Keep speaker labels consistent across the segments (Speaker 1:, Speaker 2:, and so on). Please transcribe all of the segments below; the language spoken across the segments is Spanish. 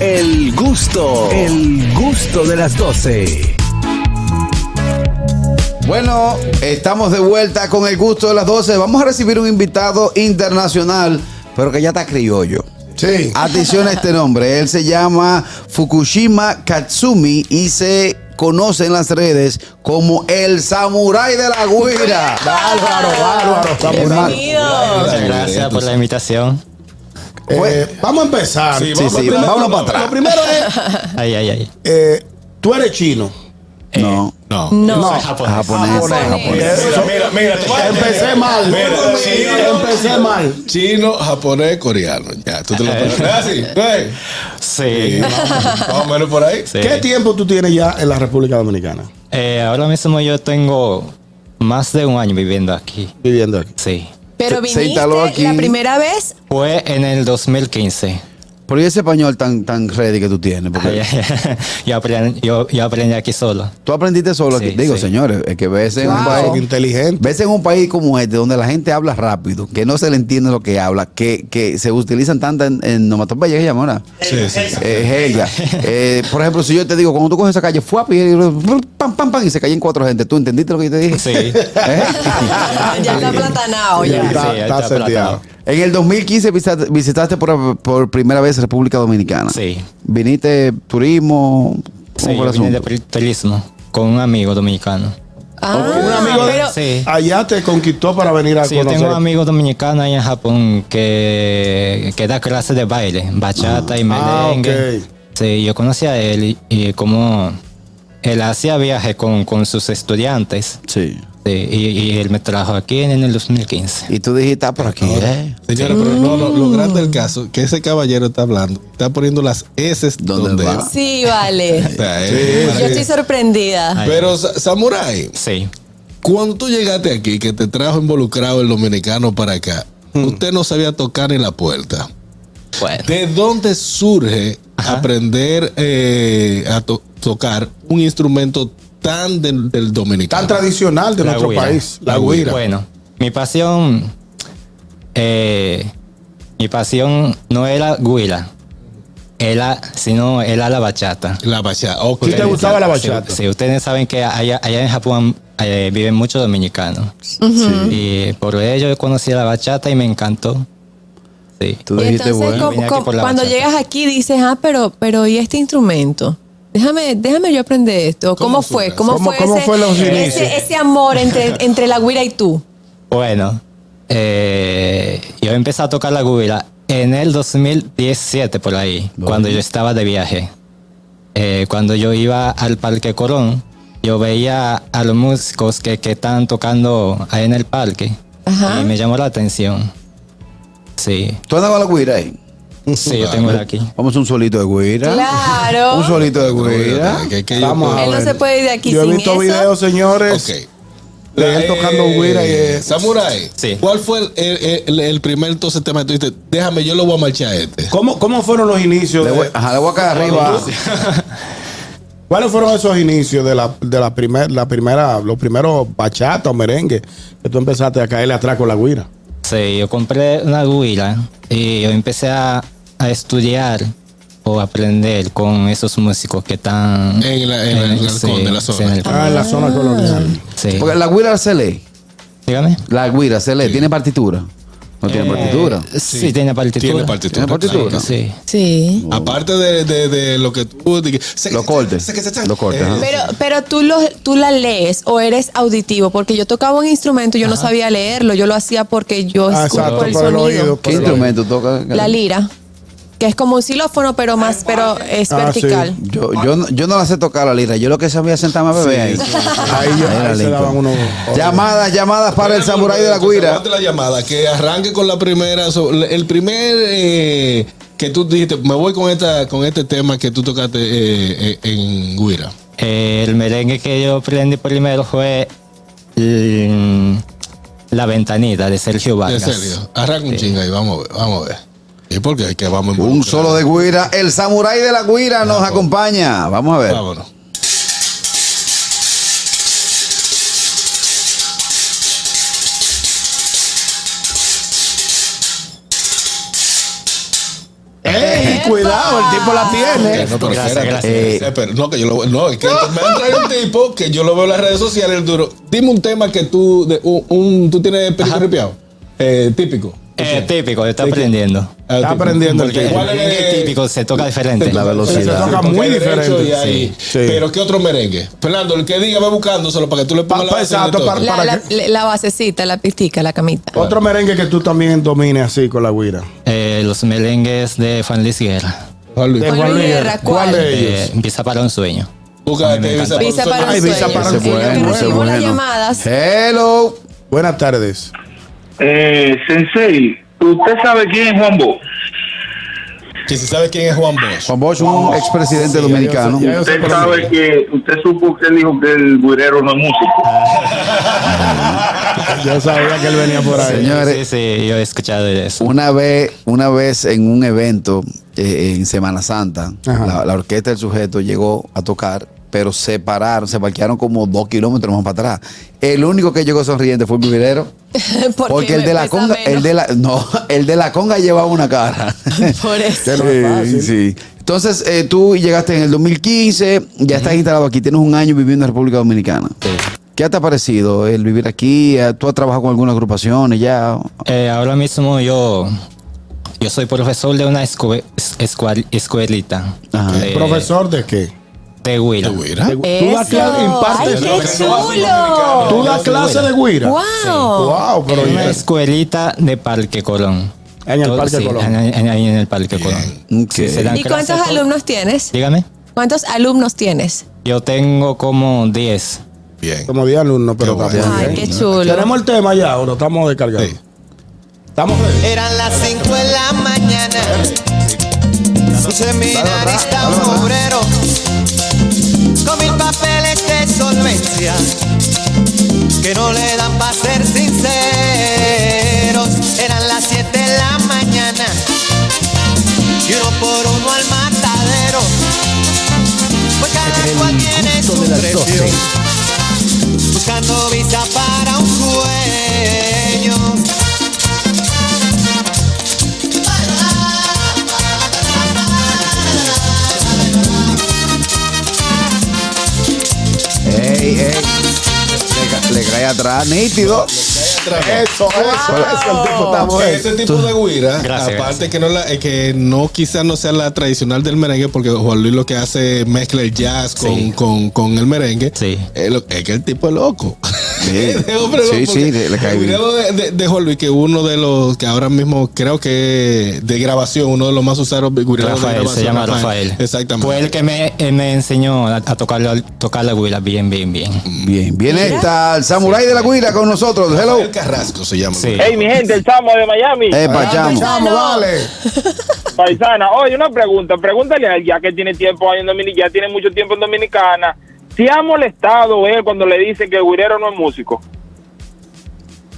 Speaker 1: El gusto, el gusto de las 12.
Speaker 2: Bueno, estamos de vuelta con el gusto de las 12. Vamos a recibir un invitado internacional, pero que ya está criollo.
Speaker 3: Sí.
Speaker 2: Atención a este nombre. Él se llama Fukushima Katsumi y se conoce en las redes como el samurái de la guira.
Speaker 3: Bárbaro, bárbaro. Samurai.
Speaker 4: Muchas gracias por la invitación.
Speaker 3: Eh,
Speaker 2: Bueno.
Speaker 3: vamos a empezar.
Speaker 5: Sí,
Speaker 2: Sí,
Speaker 5: Vamos
Speaker 2: sí,
Speaker 5: primero,
Speaker 2: vámonos para
Speaker 5: vamos.
Speaker 2: atrás.
Speaker 3: Lo primero es,
Speaker 4: Ay, ay, ay.
Speaker 3: eh, tú eres chino.
Speaker 2: No,
Speaker 5: No.
Speaker 6: No.
Speaker 4: Soy japonés.
Speaker 2: Eh, japonés,
Speaker 6: Japonés.
Speaker 2: japonés.
Speaker 5: Mira, mira, mira. tú-
Speaker 3: Empecé mal.
Speaker 5: Mira, chino,
Speaker 3: Empecé mal.
Speaker 5: chino, japonés, coreano. Ya, tú te
Speaker 3: Eh,
Speaker 5: lo pones. ¿No es así? ¿No es?
Speaker 4: Sí. Eh,
Speaker 5: Sí, Más más o menos por ahí.
Speaker 4: Sí.
Speaker 3: Eh, ¿Qué tiempo tú tienes ya en la República Dominicana
Speaker 4: Eh, ahora mismo yo tengo más de un año viviendo aquí.
Speaker 3: viviendo aquí?
Speaker 4: Sí.
Speaker 2: Se- se
Speaker 6: Pero viniste
Speaker 2: instaló aquí.
Speaker 6: la primera vez.
Speaker 4: Fue en el 2015.
Speaker 2: ¿Por qué ese español tan, tan ready que tú tienes? Porque
Speaker 4: Ay, ay, ay. Yo, aprendí, yo, yo aprendí aquí solo.
Speaker 2: tú aprendiste solo aquí.
Speaker 4: Sí,
Speaker 2: Digo,
Speaker 4: sí.
Speaker 2: señores, es que ves en un
Speaker 3: Wow.
Speaker 2: país.
Speaker 3: Inteligente.
Speaker 2: Ves en un país como este, donde la gente habla rápido, que no se le entiende lo que habla, que, que se utilizan tantas en, en onomatopeya, ¿qué llama ahora?
Speaker 5: Sí, sí, sí.
Speaker 2: Eh, jerga. Eh, por ejemplo, si yo te digo, cuando tú coges esa calle, fue a pam, pam, pam, y se caen cuatro gente. ¿Tú entendiste lo que yo te dije?
Speaker 4: Sí.
Speaker 2: ¿Eh?
Speaker 6: ya está platanado
Speaker 3: Está,
Speaker 6: Oh, ya.
Speaker 4: Sí,
Speaker 3: está
Speaker 4: está
Speaker 3: seteado.
Speaker 4: plantado.
Speaker 2: En el 2015 visitaste, visitaste por, por primera vez República Dominicana.
Speaker 4: Sí.
Speaker 2: Viniste turismo.
Speaker 4: Sí,
Speaker 2: ¿Cómo fue el
Speaker 4: yo vine de
Speaker 2: asunto?
Speaker 4: pri- turismo con un amigo dominicano.
Speaker 6: Ah,
Speaker 3: Un amigo de-
Speaker 6: pero-
Speaker 4: Sí.
Speaker 3: Allá te conquistó para venir a
Speaker 4: Sí, yo
Speaker 3: conocer.
Speaker 4: tengo un amigo dominicano ahí en Japón que, que da clases de baile, bachata y
Speaker 3: Ah,
Speaker 4: merengue.
Speaker 3: ok.
Speaker 4: Sí, yo conocí a él y, y como él hacía viajes con, con sus estudiantes.
Speaker 2: Sí.
Speaker 4: Sí, y, y él me trajo aquí en el 2015.
Speaker 2: Y tú dijiste, ah, por aquí, ¿eh?
Speaker 5: Señora, pero no, no, lo grande del caso que ese caballero está hablando, está poniendo las S
Speaker 2: ¿Dónde
Speaker 5: donde
Speaker 2: va?
Speaker 5: es.
Speaker 6: Sí,
Speaker 5: O
Speaker 6: vale.
Speaker 5: sea,
Speaker 3: Sí,
Speaker 5: es
Speaker 6: Yo estoy sorprendida.
Speaker 4: Ay,
Speaker 5: Pero, Sa- Samurai,
Speaker 4: Sí.
Speaker 5: cuando tú llegaste aquí, que te trajo involucrado el dominicano para acá,
Speaker 3: Hmm.
Speaker 5: usted no sabía tocar en la puerta.
Speaker 4: Bueno.
Speaker 5: ¿De dónde surge aprender eh, a to- tocar un instrumento tan del, del
Speaker 3: Tan
Speaker 5: dominicano?
Speaker 3: tradicional de nuestro
Speaker 4: guira.
Speaker 3: país. La guira.
Speaker 4: Bueno, mi pasión. eh, mi pasión no era guira. Era, sino era la bachata.
Speaker 5: la bachata. ok.
Speaker 3: ¿Sí te gustaba la bachata?
Speaker 4: Sí, sí, ustedes saben que allá, allá en Japón eh, viven muchos dominicanos. Y por ello yo conocí la bachata y me encantó. Sí.
Speaker 2: Tú
Speaker 6: Y
Speaker 2: dijiste,
Speaker 6: entonces,
Speaker 2: bueno.
Speaker 6: ¿cómo-
Speaker 4: Vine aquí
Speaker 6: cómo-
Speaker 4: por la
Speaker 6: cuando
Speaker 4: bachata.
Speaker 6: llegas aquí dices, ah, pero, pero ¿y este instrumento? Déjame, déjame yo aprender esto. ¿Cómo,
Speaker 5: ¿Cómo
Speaker 6: fue?
Speaker 5: surge?
Speaker 6: ¿Cómo,
Speaker 3: ¿Cómo-
Speaker 6: fue,
Speaker 3: cómo
Speaker 6: ese,
Speaker 3: fue los
Speaker 6: ese-
Speaker 3: inicios?
Speaker 6: ese amor entre, entre la guira y tú?
Speaker 4: Bueno, eh, yo empecé a tocar la guira en el 2017 por ahí, cuando yo estaba de viaje. Eh, cuando yo iba al Parque Colón, yo veía a los músicos que, que estaban tocando ahí en el parque
Speaker 6: Ajá.
Speaker 4: y me llamó la atención. Sí,
Speaker 2: ¿Tú andabas a la guira ahí?
Speaker 4: sí,
Speaker 5: Ah,
Speaker 4: yo tengo el aquí.
Speaker 2: Vamos a hacer un solito de guira.
Speaker 6: Claro.
Speaker 2: Un solito de guira.
Speaker 5: Que- que yo-
Speaker 3: Vamos a
Speaker 6: Él no
Speaker 3: ver.
Speaker 6: se puede ir de aquí
Speaker 3: Yo he
Speaker 6: sin
Speaker 3: visto
Speaker 6: eso.
Speaker 3: videos, señores.
Speaker 5: Ok.
Speaker 3: De él tocando
Speaker 5: Eh,
Speaker 3: guira y es-
Speaker 5: Samurai,
Speaker 4: Sí.
Speaker 5: ¿cuál fue el, el- el- el primer entonces tema que tuviste? Déjame, yo lo voy a marchar a este.
Speaker 3: ¿Cómo, ¿Cómo fueron los inicios?
Speaker 2: Le voy,
Speaker 3: de-
Speaker 2: ajá, le voy a caer arriba.
Speaker 3: ¿Cuáles fueron esos inicios de la, de la, primer, la primera, los primeros bachatas o merengue que tú empezaste a caerle atrás con la guira?
Speaker 4: Sí, yo compré una guira y yo empecé a, a estudiar o aprender con esos músicos que están
Speaker 5: En la- en el balcón de la
Speaker 4: sí,
Speaker 5: zona.
Speaker 4: en el balcón.
Speaker 3: Ah, en la zona colonial.
Speaker 4: Sí.
Speaker 2: Porque la guira se lee.
Speaker 4: Dígame.
Speaker 2: La guira se lee. ¿Tiene partitura? No tiene partitura.
Speaker 4: Eh, sí, tiene partitura.
Speaker 5: Tiene partitura.
Speaker 2: Tiene partitura.
Speaker 4: Sí.
Speaker 6: Sí.
Speaker 5: Aparte de, de- de lo que tú... de que- eh,
Speaker 2: Los cortes. Los cortes,
Speaker 3: Ah,
Speaker 2: ajá.
Speaker 6: Pero, pero tú, los, tú la lees o eres auditivo, porque yo tocaba un instrumento, yo no sabía leerlo, yo lo hacía porque yo
Speaker 3: Ah,
Speaker 6: escucho
Speaker 3: exacto,
Speaker 6: el
Speaker 3: por el
Speaker 6: sonido.
Speaker 3: oído.
Speaker 2: ¿Qué instrumento toca?
Speaker 6: La lira, que es como un xilófono, pero más, pero es
Speaker 3: Ah, sí.
Speaker 6: vertical.
Speaker 2: Yo, yo, no- yo no la sé tocar la lira. Yo lo que sabía es sentarme a beber ahí.
Speaker 3: Ahí,
Speaker 2: Ahí
Speaker 3: yo-
Speaker 2: la
Speaker 3: ahí se
Speaker 2: Lincoln.
Speaker 3: daban unos.
Speaker 2: Llamadas, llamadas para el samurái de la guira.
Speaker 5: Aguante la llamada, que arranque con la primera. so- El primer eh, que tú dijiste, me voy con esta con este tema que tú tocaste eh, eh, en guira.
Speaker 4: Eh, el merengue que yo aprendí primero fue mm, La Ventanita de Sergio
Speaker 5: En
Speaker 4: Vargas.
Speaker 5: serio. Arranca un chinga y vamos a ver, vamos a ver. ¿Y por qué? Que vamos a
Speaker 2: Un
Speaker 5: involucrar.
Speaker 2: solo de guira. El samurái de la guira nos acompaña. Vamos a ver.
Speaker 5: Vámonos.
Speaker 2: Eh,
Speaker 3: ¡Ey! cuidado, el tipo la tiene.
Speaker 5: No, pero
Speaker 4: Gracias,
Speaker 5: espérate,
Speaker 4: gracias.
Speaker 5: espérate, espérate. eh, No, que yo lo No, es que me ha traído un tipo que yo lo veo en las redes sociales, el duro. Dime un tema que tú. de- un, un- tú tienes perico ripiado. Eh, típico.
Speaker 4: Eh, típico, está aprendiendo.
Speaker 3: Está
Speaker 5: Ah, típico.
Speaker 3: aprendiendo el
Speaker 5: Porque
Speaker 3: tipo.
Speaker 5: ¿cuál
Speaker 4: El merengue
Speaker 5: es-
Speaker 4: típico se toca diferente.
Speaker 2: La
Speaker 3: Se
Speaker 2: velocidad.
Speaker 3: toca
Speaker 5: Porque
Speaker 3: muy
Speaker 5: hay derecho
Speaker 3: diferente.
Speaker 5: y hay-
Speaker 3: Sí.
Speaker 5: Pero ¿qué otro merengue? Fernando, el que diga, ve buscándoselo para que tú le
Speaker 3: Pa-
Speaker 5: pongas
Speaker 3: pa-
Speaker 5: base de
Speaker 3: exacto,
Speaker 5: todo.
Speaker 3: para-
Speaker 6: La, la-
Speaker 3: qué?
Speaker 6: la- la basecita, la pistica, la camita.
Speaker 3: Otro merengue que tú también domines así con la guira.
Speaker 4: Eh, los merengues de Juan Luis Guerra.
Speaker 5: Juan Ah, Luis,
Speaker 3: De
Speaker 6: Juan Luis Guerra, ¿cuál?
Speaker 3: de ellos?
Speaker 4: Eh, empieza para un sueño.
Speaker 5: búscate
Speaker 4: a mí me
Speaker 5: este Visa
Speaker 4: encanta.
Speaker 6: Visa
Speaker 5: Por-
Speaker 6: para un
Speaker 3: Ay, visa
Speaker 6: sueño.
Speaker 3: para un
Speaker 6: Y yo que
Speaker 3: sueño, ese
Speaker 6: recibo las
Speaker 2: bueno.
Speaker 6: llamadas.
Speaker 2: Eh, Hello.
Speaker 3: Buenas tardes.
Speaker 7: Eh, sensei, ¿usted sabe quién es Juan Bo?
Speaker 5: Que si sabe quién es Juan Bosch.
Speaker 2: Juan Bosch, un expresidente dominicano.
Speaker 3: Ya yo sé
Speaker 7: Usted
Speaker 3: por
Speaker 7: sabe
Speaker 3: dónde.
Speaker 7: que, usted supo que él dijo que el guirero no es músico.
Speaker 3: Yo sabía que él venía por ahí.
Speaker 2: Señores.
Speaker 4: Sí, sí, yo he escuchado de eso.
Speaker 2: Una vez, una vez en un evento eh, en Semana Santa,
Speaker 3: Ajá.
Speaker 2: la, la orquesta del sujeto llegó a tocar, pero se pararon, se parquearon como dos kilómetros más para atrás. El único que llegó sonriente fue el vivirero,
Speaker 6: ¿Por qué
Speaker 2: porque el
Speaker 6: me
Speaker 2: de la
Speaker 6: pesa
Speaker 2: conga,
Speaker 6: menos?
Speaker 2: el de la, no, el de la conga llevaba una cara.
Speaker 6: Por eso.
Speaker 3: Que no es fácil.
Speaker 2: Sí, sí. Entonces, eh, tú llegaste en el 2015, ya estás instalado aquí, tienes un año viviendo en República Dominicana. ¿Qué te ha parecido el vivir aquí? Eh, ¿Tú has trabajado con algunas agrupaciones ya?
Speaker 4: Eh, ahora mismo yo, yo soy profesor de una escue- es- escual- escuelita.
Speaker 2: Ajá.
Speaker 4: de-
Speaker 3: ¿Profesor de qué?
Speaker 4: De Huila.
Speaker 3: De- Tú das
Speaker 6: Eso.
Speaker 3: clase,
Speaker 6: Ay,
Speaker 3: impartes-
Speaker 6: qué
Speaker 3: tú
Speaker 6: chulo.
Speaker 3: das clase de guira.
Speaker 6: Wow.
Speaker 3: Wow, pero
Speaker 4: En una
Speaker 3: ya-
Speaker 4: escuelita de Parque Colón.
Speaker 3: En el
Speaker 4: Todo-
Speaker 3: Parque
Speaker 4: sí,
Speaker 3: Colón.
Speaker 4: en- en- ahí en el Parque Colón.
Speaker 2: Ok.
Speaker 4: Sí, se dan
Speaker 6: ¿Y cuántos
Speaker 4: clases por-
Speaker 6: alumnos tienes?
Speaker 4: Dígame.
Speaker 6: ¿Cuántos alumnos tienes?
Speaker 4: Yo tengo como 10.
Speaker 5: Bien.
Speaker 3: como 10 alumnos, pero
Speaker 5: Qué bueno.
Speaker 3: también.
Speaker 6: Ay,
Speaker 3: ¿eh?
Speaker 6: qué chulo.
Speaker 3: Tenemos el tema ya, ahora estamos descargados.
Speaker 5: Sí.
Speaker 3: Estamos ready.
Speaker 8: Eran las 5 de la mañana. Un seminarista obrero con mil papeles de solvencia que no le dan para ser sinceros. Eran las 7 de la mañana y uno por uno al matadero. Pues cada cual tiene su precio buscando visa para un sueño.
Speaker 2: Ey, ey. Le, ca- le cae atrás, nítido.
Speaker 3: Eso, eso, eso, el tipo está bueno.
Speaker 5: Ese tipo de guira,
Speaker 4: Gracias,
Speaker 5: aparte que no la, eh, que no quizás no sea la tradicional del merengue, porque Juan Luis lo que hace es mezcla el jazz con,
Speaker 4: Sí.
Speaker 5: con, con el merengue.
Speaker 4: Sí.
Speaker 5: Es, lo- es que el tipo es loco.
Speaker 2: Sí.
Speaker 5: Ese hombre es
Speaker 2: Sí,
Speaker 5: loco,
Speaker 2: sí,
Speaker 5: porque
Speaker 2: le- le cae
Speaker 5: el
Speaker 2: bien.
Speaker 5: video de, de- de Juan Luis, que uno de los que ahora mismo creo que de grabación, uno de los más usados guireros de
Speaker 4: Rafael, se
Speaker 5: grabación,
Speaker 4: llama Rafael.
Speaker 5: Exactamente.
Speaker 4: Fue el que me, eh, me enseñó a, a tocar, la, tocar la huila bien, bien, bien.
Speaker 2: Bien, bien está el samurái de la guira con nosotros. Hello.
Speaker 5: Rafael Carrasco se llama.
Speaker 4: Sí.
Speaker 7: Hey, mi gente, el chamo de Miami,
Speaker 2: Eh, pachamo.
Speaker 3: Vamos, dale.
Speaker 7: paisana. Oye, una pregunta, pregúntale a él, ya que tiene tiempo ahí en Dominicana, ya tiene mucho tiempo en Dominicana. ¿Si ha molestado él cuando le dicen que el guirero no es músico?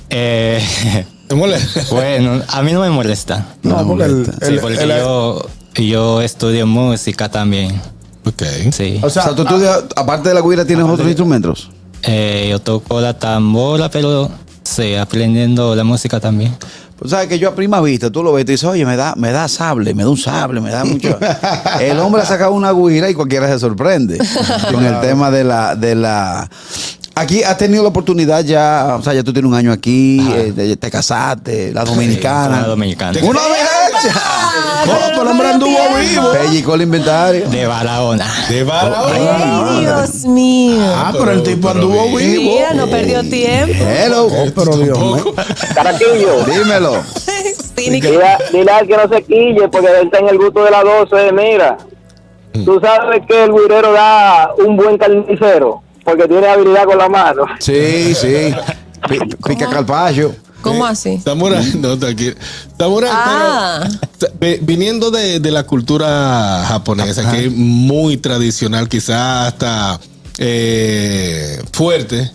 Speaker 4: Eh,
Speaker 5: ¿Te molesta?
Speaker 4: bueno, a mí no me molesta.
Speaker 3: No, porque el,
Speaker 4: Sí,
Speaker 3: el-
Speaker 4: porque
Speaker 3: el-
Speaker 4: yo, yo estudio música también.
Speaker 5: Ok.
Speaker 4: Sí.
Speaker 3: o
Speaker 2: O sea,
Speaker 3: sea,
Speaker 2: tú, tú de- aparte de la guira tienes otros instrumentos.
Speaker 4: Eh, yo toco la tambora, pero sí, aprendiendo la música también.
Speaker 2: Tú Pues, sabes que yo a prima vista, tú lo ves y te dices, oye, me da, me da sable, me da un sable, me da mucho. el hombre ha sacado una guira y cualquiera se sorprende con el tema de la, de la. Aquí has tenido la oportunidad ya, o sea, ya tú tienes un año aquí, eh, te- te casaste, la dominicana.
Speaker 4: la dominicana.
Speaker 2: ¡Una derecha!
Speaker 3: ¿cómo? Pero el hombre anduvo vivo.
Speaker 2: Pellicó el inventario.
Speaker 4: De Barahona.
Speaker 5: De Barahona.
Speaker 6: Ay, Dios mío.
Speaker 3: Ah, pero el tipo
Speaker 5: pero
Speaker 3: anduvo
Speaker 5: bien.
Speaker 3: vivo.
Speaker 6: Mira, no perdió tiempo.
Speaker 2: Hello.
Speaker 3: Oh, pero Dios mío.
Speaker 9: Caraquillo,
Speaker 2: Dímelo.
Speaker 6: Cínico.
Speaker 9: dile, a- dile al que no se quille porque él está en el gusto de las 12. Mira,
Speaker 3: Mm.
Speaker 9: tú sabes que el guirero da un buen carnicero porque tiene habilidad con la mano.
Speaker 2: Sí, sí. Pi- Pica Calpacho.
Speaker 6: ¿Cómo así?
Speaker 5: Samurai, no, tranquilo. Samurai,
Speaker 6: Ah.
Speaker 5: pero, sa- vi- viniendo de, de la cultura japonesa, que es muy tradicional, quizás hasta eh, fuerte,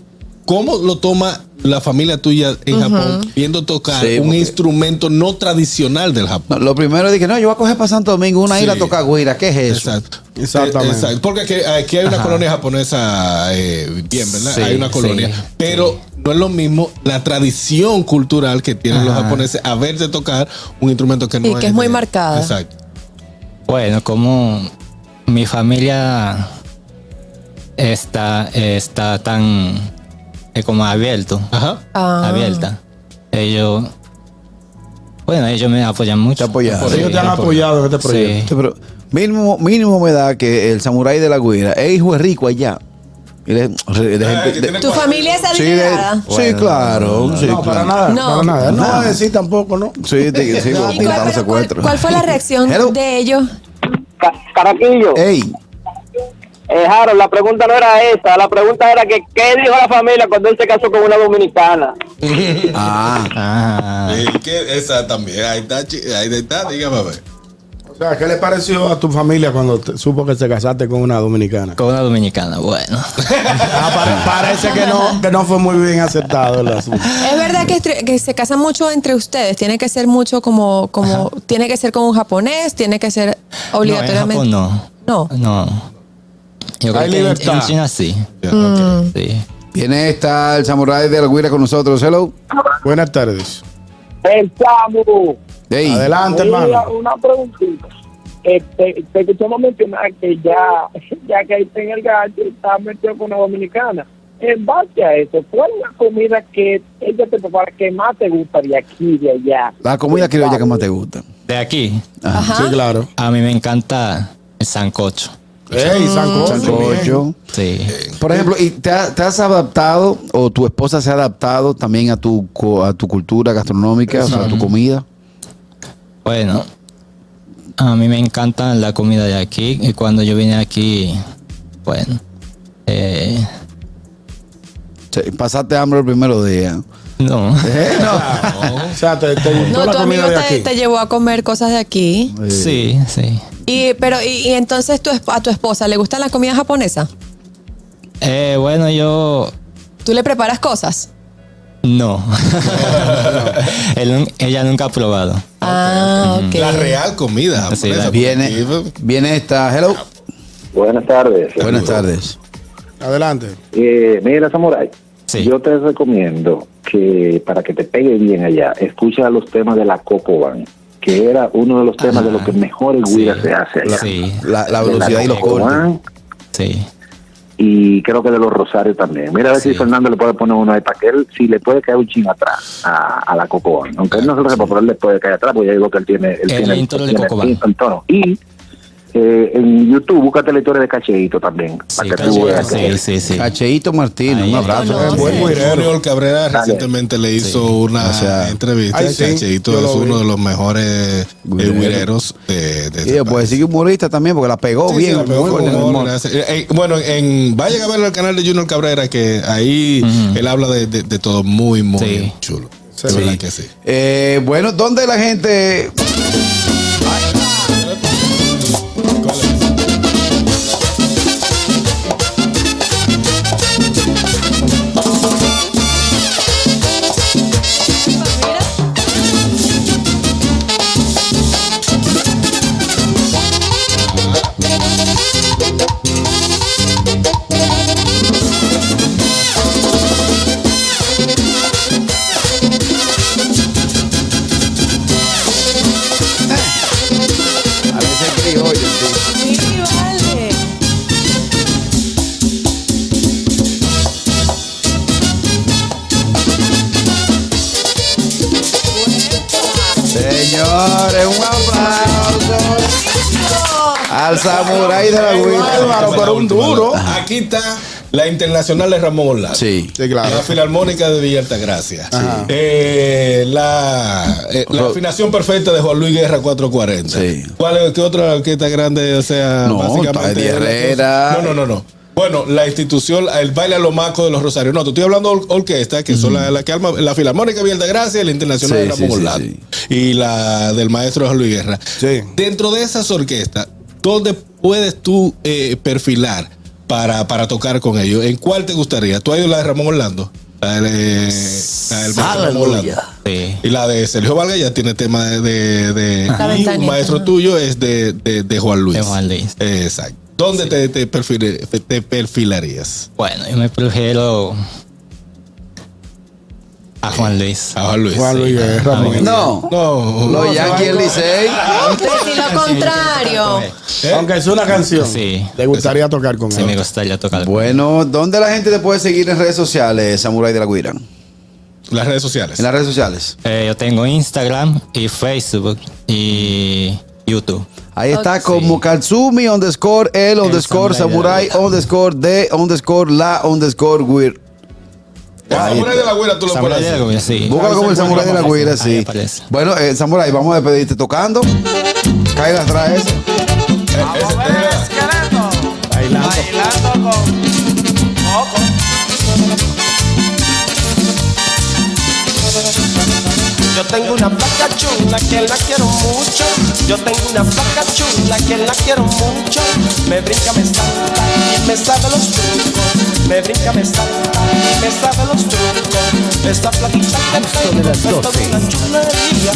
Speaker 5: ¿cómo lo toma la familia tuya en Japón viendo tocar
Speaker 2: Sí,
Speaker 5: un
Speaker 2: porque-
Speaker 5: instrumento no tradicional del Japón?
Speaker 2: No, lo primero dije, no, yo voy a coger para Santo Domingo una
Speaker 5: Sí.
Speaker 2: isla a tocar guira. ¿Qué es eso?
Speaker 5: Exacto.
Speaker 3: Exactamente.
Speaker 5: Eh, exacto. Porque aquí, aquí hay una colonia japonesa eh, bien, ¿verdad?
Speaker 4: Sí,
Speaker 5: hay una colonia.
Speaker 4: sí,
Speaker 5: pero no es lo mismo la tradición cultural que tienen los japoneses a verte tocar un instrumento que no
Speaker 6: Sí, que es muy
Speaker 5: de-
Speaker 6: marcada.
Speaker 5: Exacto.
Speaker 4: Bueno, como mi familia está, está tan eh, como abierto,
Speaker 5: Ajá.
Speaker 6: Ah.
Speaker 4: abierta, ellos, bueno, ellos me apoyan mucho.
Speaker 2: Te apoyan.
Speaker 4: Sí,
Speaker 3: Ellos te han apoyado en este
Speaker 4: Sí.
Speaker 3: proyecto.
Speaker 2: Pero mínimo, mínimo me da que el samurái de la guira es hijo de rico allá. Y le- re- de gente- de-
Speaker 6: ¿Tu familia es
Speaker 2: sí, de-
Speaker 6: adinerada?
Speaker 2: sí, claro. sí,
Speaker 3: No, para
Speaker 2: claro.
Speaker 3: nada.
Speaker 6: No.
Speaker 3: Para nada. Él No
Speaker 2: Nada.
Speaker 3: va a decir tampoco, ¿no?
Speaker 2: Sí, te- sí, porque
Speaker 6: ¿Y
Speaker 2: están
Speaker 6: cuál,
Speaker 2: los
Speaker 6: pero cuál-
Speaker 2: secuestros.
Speaker 6: cuál fue la reacción
Speaker 2: Hello.
Speaker 6: de ellos?
Speaker 9: Ca- Caraquillo,
Speaker 2: Ey,
Speaker 9: eh, Harold, la pregunta no era esa, la pregunta era que qué dijo la familia cuando él se casó con una dominicana.
Speaker 2: ah,
Speaker 4: Ah,
Speaker 5: Eh, que esa también. Ahí está, chi- ahí está, dígame a ver.
Speaker 3: O sea, ¿qué le pareció a tu familia cuando te- supo que se casaste con una dominicana?
Speaker 4: con una dominicana, bueno.
Speaker 3: Ah, pare- parece que no, que no fue muy bien aceptado el asunto.
Speaker 6: Es verdad que, estre- que se casan mucho entre ustedes. Tiene que ser mucho como, como tiene que ser con un japonés, tiene que ser obligatoriamente.
Speaker 4: No, en Japón no.
Speaker 6: No.
Speaker 4: No. Yo creo
Speaker 3: Hay
Speaker 4: que en-
Speaker 3: libertad.
Speaker 4: en China sí.
Speaker 5: Ya, ok.
Speaker 4: Sí.
Speaker 2: viene esta, el samurái de la guira con nosotros. Hello.
Speaker 3: Buenas tardes.
Speaker 9: El Samu.
Speaker 2: Ey,
Speaker 3: Adelante,
Speaker 9: Mira,
Speaker 3: hermano.
Speaker 9: una preguntita. Este, te escuchamos mencionar que ya, ya que ahí está en el gancho, está metido con una dominicana. En base a eso, ¿cuál es la comida que ella te prepara que más te gusta de aquí y de allá?
Speaker 2: la comida criolla que más te gusta.
Speaker 4: De aquí,
Speaker 6: Ajá.
Speaker 3: Sí, claro.
Speaker 4: a mí me encanta el sancocho.
Speaker 3: Ey, sancocho. bien.
Speaker 2: Sancocho.
Speaker 4: Sí.
Speaker 2: Por ejemplo, ¿y te, ha- te has adaptado o tu esposa se ha adaptado también a tu, co- a tu cultura gastronómica, o sea, a tu comida?
Speaker 4: Bueno, a mí me encanta la comida de aquí y cuando yo vine aquí, bueno, eh,
Speaker 2: Sí, Pasaste hambre el primero día.
Speaker 4: no.
Speaker 3: O sea, te, te gustó
Speaker 6: No,
Speaker 3: la
Speaker 6: tu amigo
Speaker 3: comida de
Speaker 6: te,
Speaker 3: aquí.
Speaker 6: te llevó a comer cosas de aquí.
Speaker 4: Sí, sí.
Speaker 6: Y, pero, y, y entonces tu, esp- a tu esposa, ¿le gusta la comida japonesa?
Speaker 4: Eh, bueno, yo
Speaker 6: ¿Tú le preparas cosas?
Speaker 4: no. Él nun- ella nunca ha probado.
Speaker 6: Ah, ok.
Speaker 5: La real comida.
Speaker 4: Sí,
Speaker 5: japonesa,
Speaker 4: la-
Speaker 5: porque aquí,
Speaker 2: Viene, viene esta. Hello.
Speaker 9: Buenas tardes.
Speaker 2: Buenas tardes.
Speaker 3: Adelante.
Speaker 9: Eh, mira, Samurai,
Speaker 4: Sí.
Speaker 9: yo te recomiendo que para que te pegue bien allá, escucha los temas de la Cocoban, que era uno de los temas de los que mejores
Speaker 4: Sí.
Speaker 9: guiras se hace allá.
Speaker 4: Sí,
Speaker 2: La, la
Speaker 9: De
Speaker 2: velocidad y los cortes.
Speaker 9: Cocoban
Speaker 4: sí.
Speaker 9: Y creo que de los Rosarios también. Mira a ver si
Speaker 4: Sí.
Speaker 9: Fernando le puede poner uno ahí para que él, si le puede caer un chin atrás a, a la Cocoban. Aunque él no se lo sepa, pero él le puede caer atrás, porque yo digo que él tiene él
Speaker 4: El
Speaker 9: tiene,
Speaker 4: intro del
Speaker 9: tiene
Speaker 4: Cocoban.
Speaker 9: el el tono. Y eh, en YouTube, búscate la historia de Cacheito también,
Speaker 4: Sí,
Speaker 9: para que tú veas
Speaker 4: sí,
Speaker 9: que
Speaker 4: sí, sí.
Speaker 2: Cacheito Martínez,
Speaker 4: Ahí
Speaker 2: un abrazo.
Speaker 6: está.
Speaker 3: Buen
Speaker 6: Sí.
Speaker 3: guirero.
Speaker 5: Junior Cabrera
Speaker 9: Dale.
Speaker 5: recientemente le hizo una
Speaker 2: Gracias.
Speaker 5: entrevista
Speaker 3: Ay,
Speaker 5: al
Speaker 3: sí,
Speaker 5: Chacheito,
Speaker 3: yo lo
Speaker 5: es
Speaker 3: vi.
Speaker 5: uno de los mejores eh,
Speaker 2: Guirero.
Speaker 5: guireros de, de
Speaker 2: Y
Speaker 5: este
Speaker 2: después
Speaker 5: país.
Speaker 2: sigue humorista también, porque la pegó
Speaker 5: Sí,
Speaker 2: bien.
Speaker 5: sí, la pegó
Speaker 2: muy
Speaker 5: con
Speaker 2: bien,
Speaker 5: humor,
Speaker 2: humor.
Speaker 5: gracias. Eh, eh, bueno, en, vayan a verlo al canal de Junior Cabrera, que ahí él habla de, de- de todo muy, muy
Speaker 4: Sí.
Speaker 5: chulo.
Speaker 3: Sí.
Speaker 5: De verdad que sí.
Speaker 2: Eh, bueno, ¿dónde la gente?
Speaker 6: Sí, vale.
Speaker 2: Señores, un aplauso al samurái de la
Speaker 3: Álvaro,
Speaker 2: guira.
Speaker 3: tú eres un duro.
Speaker 5: Aquí está la internacional de Ramón Orlando.
Speaker 2: Sí.
Speaker 3: Sí,
Speaker 5: La
Speaker 3: claro.
Speaker 5: Filarmónica de Villa Altagracia. Eh, la, eh, la
Speaker 2: Ro-
Speaker 5: afinación perfecta de Juan Luis Guerra 440.
Speaker 2: Sí.
Speaker 5: ¿Cuál es, ¿Qué otra orquesta grande? O sea,
Speaker 2: No,
Speaker 5: básicamente.
Speaker 2: Taddy
Speaker 5: era la-
Speaker 2: Herrera.
Speaker 5: No, no, no, no. Bueno, la institución, el baile a lo maco de los Rosarios. No, te estoy hablando de or- orquestas, que son la, la que arma la Filarmónica de Villa Altagracia, la Internacional
Speaker 2: Sí,
Speaker 5: de Ramón
Speaker 2: sí, sí,
Speaker 5: Orlando.
Speaker 2: sí.
Speaker 5: Y la del maestro Juan Luis Guerra.
Speaker 3: Sí.
Speaker 5: Dentro de esas orquestas, ¿dónde puedes tú eh, perfilar para, para tocar con ellos? ¿En cuál te gustaría? ¿Tú has ido a la de Ramón Orlando? La del, eh, la del maestro Ramón Orlando.
Speaker 4: Sí.
Speaker 5: Y la de Sergio Vargas ya tiene tema de... de- de-
Speaker 6: La
Speaker 5: y un
Speaker 6: ventanita,
Speaker 5: maestro
Speaker 6: ajá.
Speaker 5: tuyo es de, de- de Juan Luis.
Speaker 4: De Juan Luis.
Speaker 5: Exacto. ¿Dónde te, te perfil- te perfilarías?
Speaker 4: Bueno, yo me prefiero a Juan Luis.
Speaker 5: A Juan Luis. eh.
Speaker 3: Juan
Speaker 5: sí.
Speaker 3: Luis Guerra,
Speaker 5: Ah,
Speaker 3: muy bien.
Speaker 2: No,
Speaker 5: No,
Speaker 2: los Yankees del Licey.
Speaker 6: Pues si Lo
Speaker 4: pues.
Speaker 6: contrario.
Speaker 2: Eh.
Speaker 3: Aunque es una canción.
Speaker 4: Sí.
Speaker 3: Te gustaría tocar con
Speaker 4: Sí,
Speaker 3: él.
Speaker 4: me gustaría tocar.
Speaker 2: Bueno, ¿dónde la gente te puede seguir en redes sociales, Samurai de la Guira? En
Speaker 5: Las redes sociales.
Speaker 2: las redes sociales.
Speaker 4: Eh, yo tengo Instagram y Facebook y YouTube.
Speaker 2: Ahí está
Speaker 6: Ok.
Speaker 2: como Katsumi underscore el underscore samurai
Speaker 4: Samurai de la Guira.
Speaker 2: underscore de underscore la underscore weird.
Speaker 5: El samurai de la güera tú lo
Speaker 4: Samurai
Speaker 5: pones.
Speaker 4: de la Guira, sí.
Speaker 2: Búscalo como el samurai de la guira,
Speaker 4: Ahí
Speaker 2: sí.
Speaker 4: aparece.
Speaker 2: Bueno, eh, samurai, vamos a despedirte tocando. Cae las traes.
Speaker 5: Ese- ese-
Speaker 8: Bailando. Bailando con. Ojo. Yo tengo una vaca chula que la quiero mucho. Yo tengo una vaca chula que la quiero mucho. Me brinca, me salta y me sabe los trucos. Me brinca, me salta y me sabe los trucos. Esta plaquita que tengo es toda una chulería.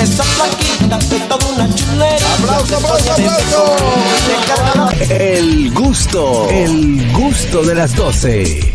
Speaker 8: Esta plaquita es toda una chulería. Aplauso, aplauso, aplauso.
Speaker 1: El gusto, el gusto de las 12.